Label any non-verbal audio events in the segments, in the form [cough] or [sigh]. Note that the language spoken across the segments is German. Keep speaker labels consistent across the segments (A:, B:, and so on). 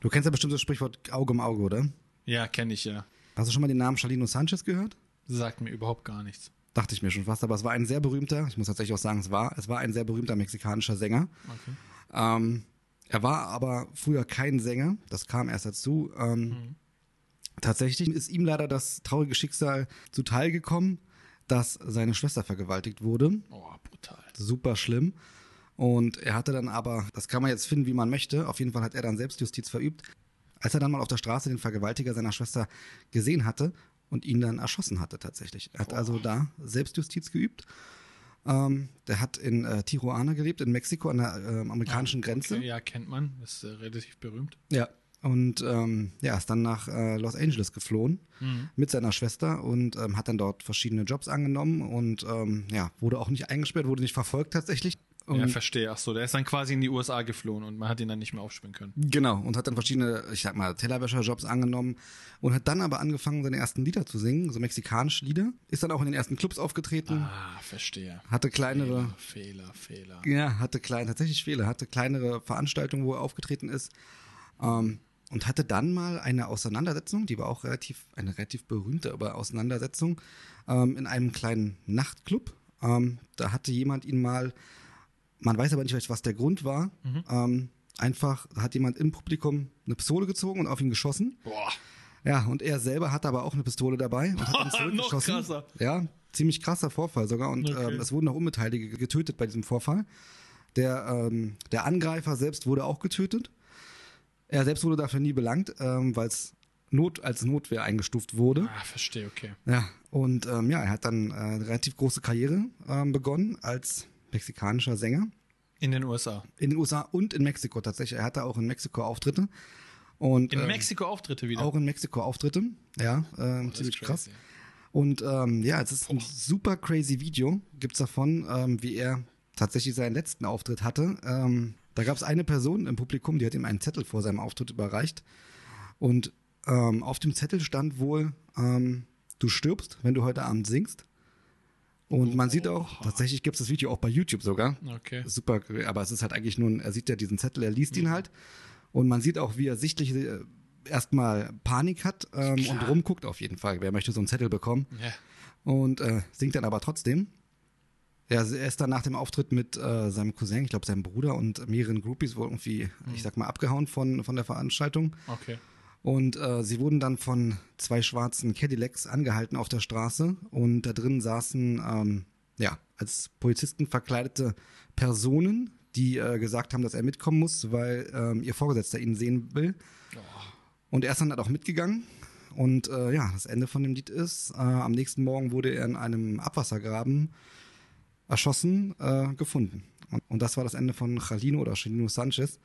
A: Du kennst ja bestimmt das Sprichwort Auge um Auge, oder?
B: Ja, kenne ich ja.
A: Hast du schon mal den Namen Charlino Sanchez gehört?
B: Sagt mir überhaupt gar nichts.
A: Dachte ich mir schon fast, aber es war ein sehr berühmter, ich muss tatsächlich auch sagen, es war, es war ein sehr berühmter mexikanischer Sänger.
B: Okay.
A: Ähm, er war aber früher kein Sänger, das kam erst dazu. Ähm, Tatsächlich ist ihm leider das traurige Schicksal zuteil gekommen, dass seine Schwester vergewaltigt wurde.
B: Oh, brutal.
A: Super schlimm. Und er hatte dann aber, das kann man jetzt finden, wie man möchte, auf jeden Fall hat er dann Selbstjustiz verübt, als er dann mal auf der Straße den Vergewaltiger seiner Schwester gesehen hatte und ihn dann erschossen hatte tatsächlich. Er hat also da Selbstjustiz geübt. Ähm, der hat in äh, Tijuana gelebt, in Mexiko, an der ähm, amerikanischen Grenze.
B: Ja, kennt man. Ist äh, relativ berühmt.
A: Ja. Und ähm, ja, ist dann nach äh, Los Angeles geflohen mit seiner Schwester und ähm, hat dann dort verschiedene Jobs angenommen und ähm, ja, wurde auch nicht eingesperrt, wurde nicht verfolgt tatsächlich. Und
B: ja, verstehe. Ach so, der ist dann quasi in die USA geflohen und man hat ihn dann nicht mehr aufspüren können.
A: Genau, und hat dann verschiedene, ich sag mal, Tellerwäscherjobs angenommen und hat dann aber angefangen, seine ersten Lieder zu singen, so mexikanische Lieder. Ist dann auch in den ersten Clubs aufgetreten,
B: Ah, verstehe.
A: hatte kleinere,
B: Fehler, Fehler.
A: ja, hatte klein, tatsächlich Fehler, hatte kleinere Veranstaltungen, wo er aufgetreten ist. Ähm, und hatte dann mal eine Auseinandersetzung, die war auch relativ, eine relativ berühmte aber Auseinandersetzung, ähm, in einem kleinen Nachtclub. Ähm, da hatte jemand ihn mal, man weiß aber nicht, recht, was der Grund war, ähm, einfach hat jemand im Publikum eine Pistole gezogen und auf ihn geschossen.
B: Boah.
A: Ja, und er selber hatte aber auch eine Pistole dabei und hat ihn zurückgeschossen.
B: [laughs] Noch krasser.
A: Ja, ziemlich krasser Vorfall sogar. Und
B: Okay.
A: ähm, es wurden auch Unbeteiligte getötet bei diesem Vorfall. Der, ähm, der Angreifer selbst wurde auch getötet. Er selbst wurde dafür nie belangt, ähm, weil es Not, als Notwehr eingestuft wurde.
B: Ah, verstehe, okay.
A: Ja, und ähm, ja, er hat dann äh, eine relativ große Karriere ähm, begonnen als mexikanischer Sänger.
B: In den USA.
A: In den USA und in Mexiko tatsächlich. Er hatte auch in Mexiko Auftritte. Und,
B: In
A: ähm,
B: Mexiko Auftritte wieder. Oh,
A: auch in Mexiko Auftritte. Ja, ähm,
B: Das ist
A: ziemlich krass.
B: crazy.
A: Und ähm, ja, es ist ein super crazy Video, gibt's davon, ähm, wie er tatsächlich seinen letzten Auftritt hatte. Ähm, da gab's eine Person im Publikum, die hat ihm einen Zettel vor seinem Auftritt überreicht. Und ähm, auf dem Zettel stand wohl, ähm, du stirbst, wenn du heute Abend singst. Und man sieht auch, tatsächlich gibt's das Video auch bei YouTube sogar.
B: Okay.
A: Super, aber es ist halt eigentlich nur, ein, er sieht ja diesen Zettel, er liest ihn halt. Und man sieht auch, wie er sichtlich äh, erstmal Panik hat ähm, und rumguckt auf jeden Fall. Wer möchte so einen Zettel bekommen?
B: Ja.
A: Und äh, singt dann aber trotzdem. Ja, er ist dann nach dem Auftritt mit äh, seinem Cousin, ich glaube seinem Bruder und mehreren Groupies wohl irgendwie, ich sag mal, abgehauen von, von der Veranstaltung.
B: Okay.
A: Und äh, sie wurden dann von zwei schwarzen Cadillacs angehalten auf der Straße und da drin saßen, ähm, ja, als Polizisten verkleidete Personen, die äh, gesagt haben, dass er mitkommen muss, weil ähm, ihr Vorgesetzter ihn sehen will. Und er ist dann halt auch mitgegangen. Und äh, ja, das Ende von dem Lied ist, äh, am nächsten Morgen wurde er in einem Abwassergraben erschossen äh, gefunden. Und, und das war das Ende von Jalino oder Chalino Sanchez,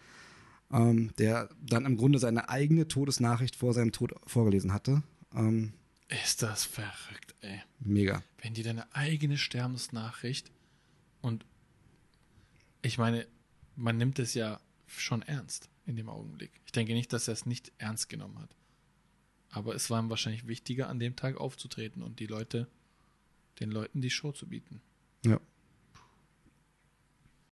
A: ähm, der dann im Grunde seine eigene Todesnachricht vor seinem Tod vorgelesen hatte. Ähm,
B: Ist das verrückt, ey.
A: mega.
B: Wenn die deine eigene Sterbensnachricht und ich meine, man nimmt es ja schon ernst in dem Augenblick. Ich denke nicht, dass er es nicht ernst genommen hat. Aber es war ihm wahrscheinlich wichtiger, an dem Tag aufzutreten und die Leute, den Leuten die Show zu bieten.
A: Ja.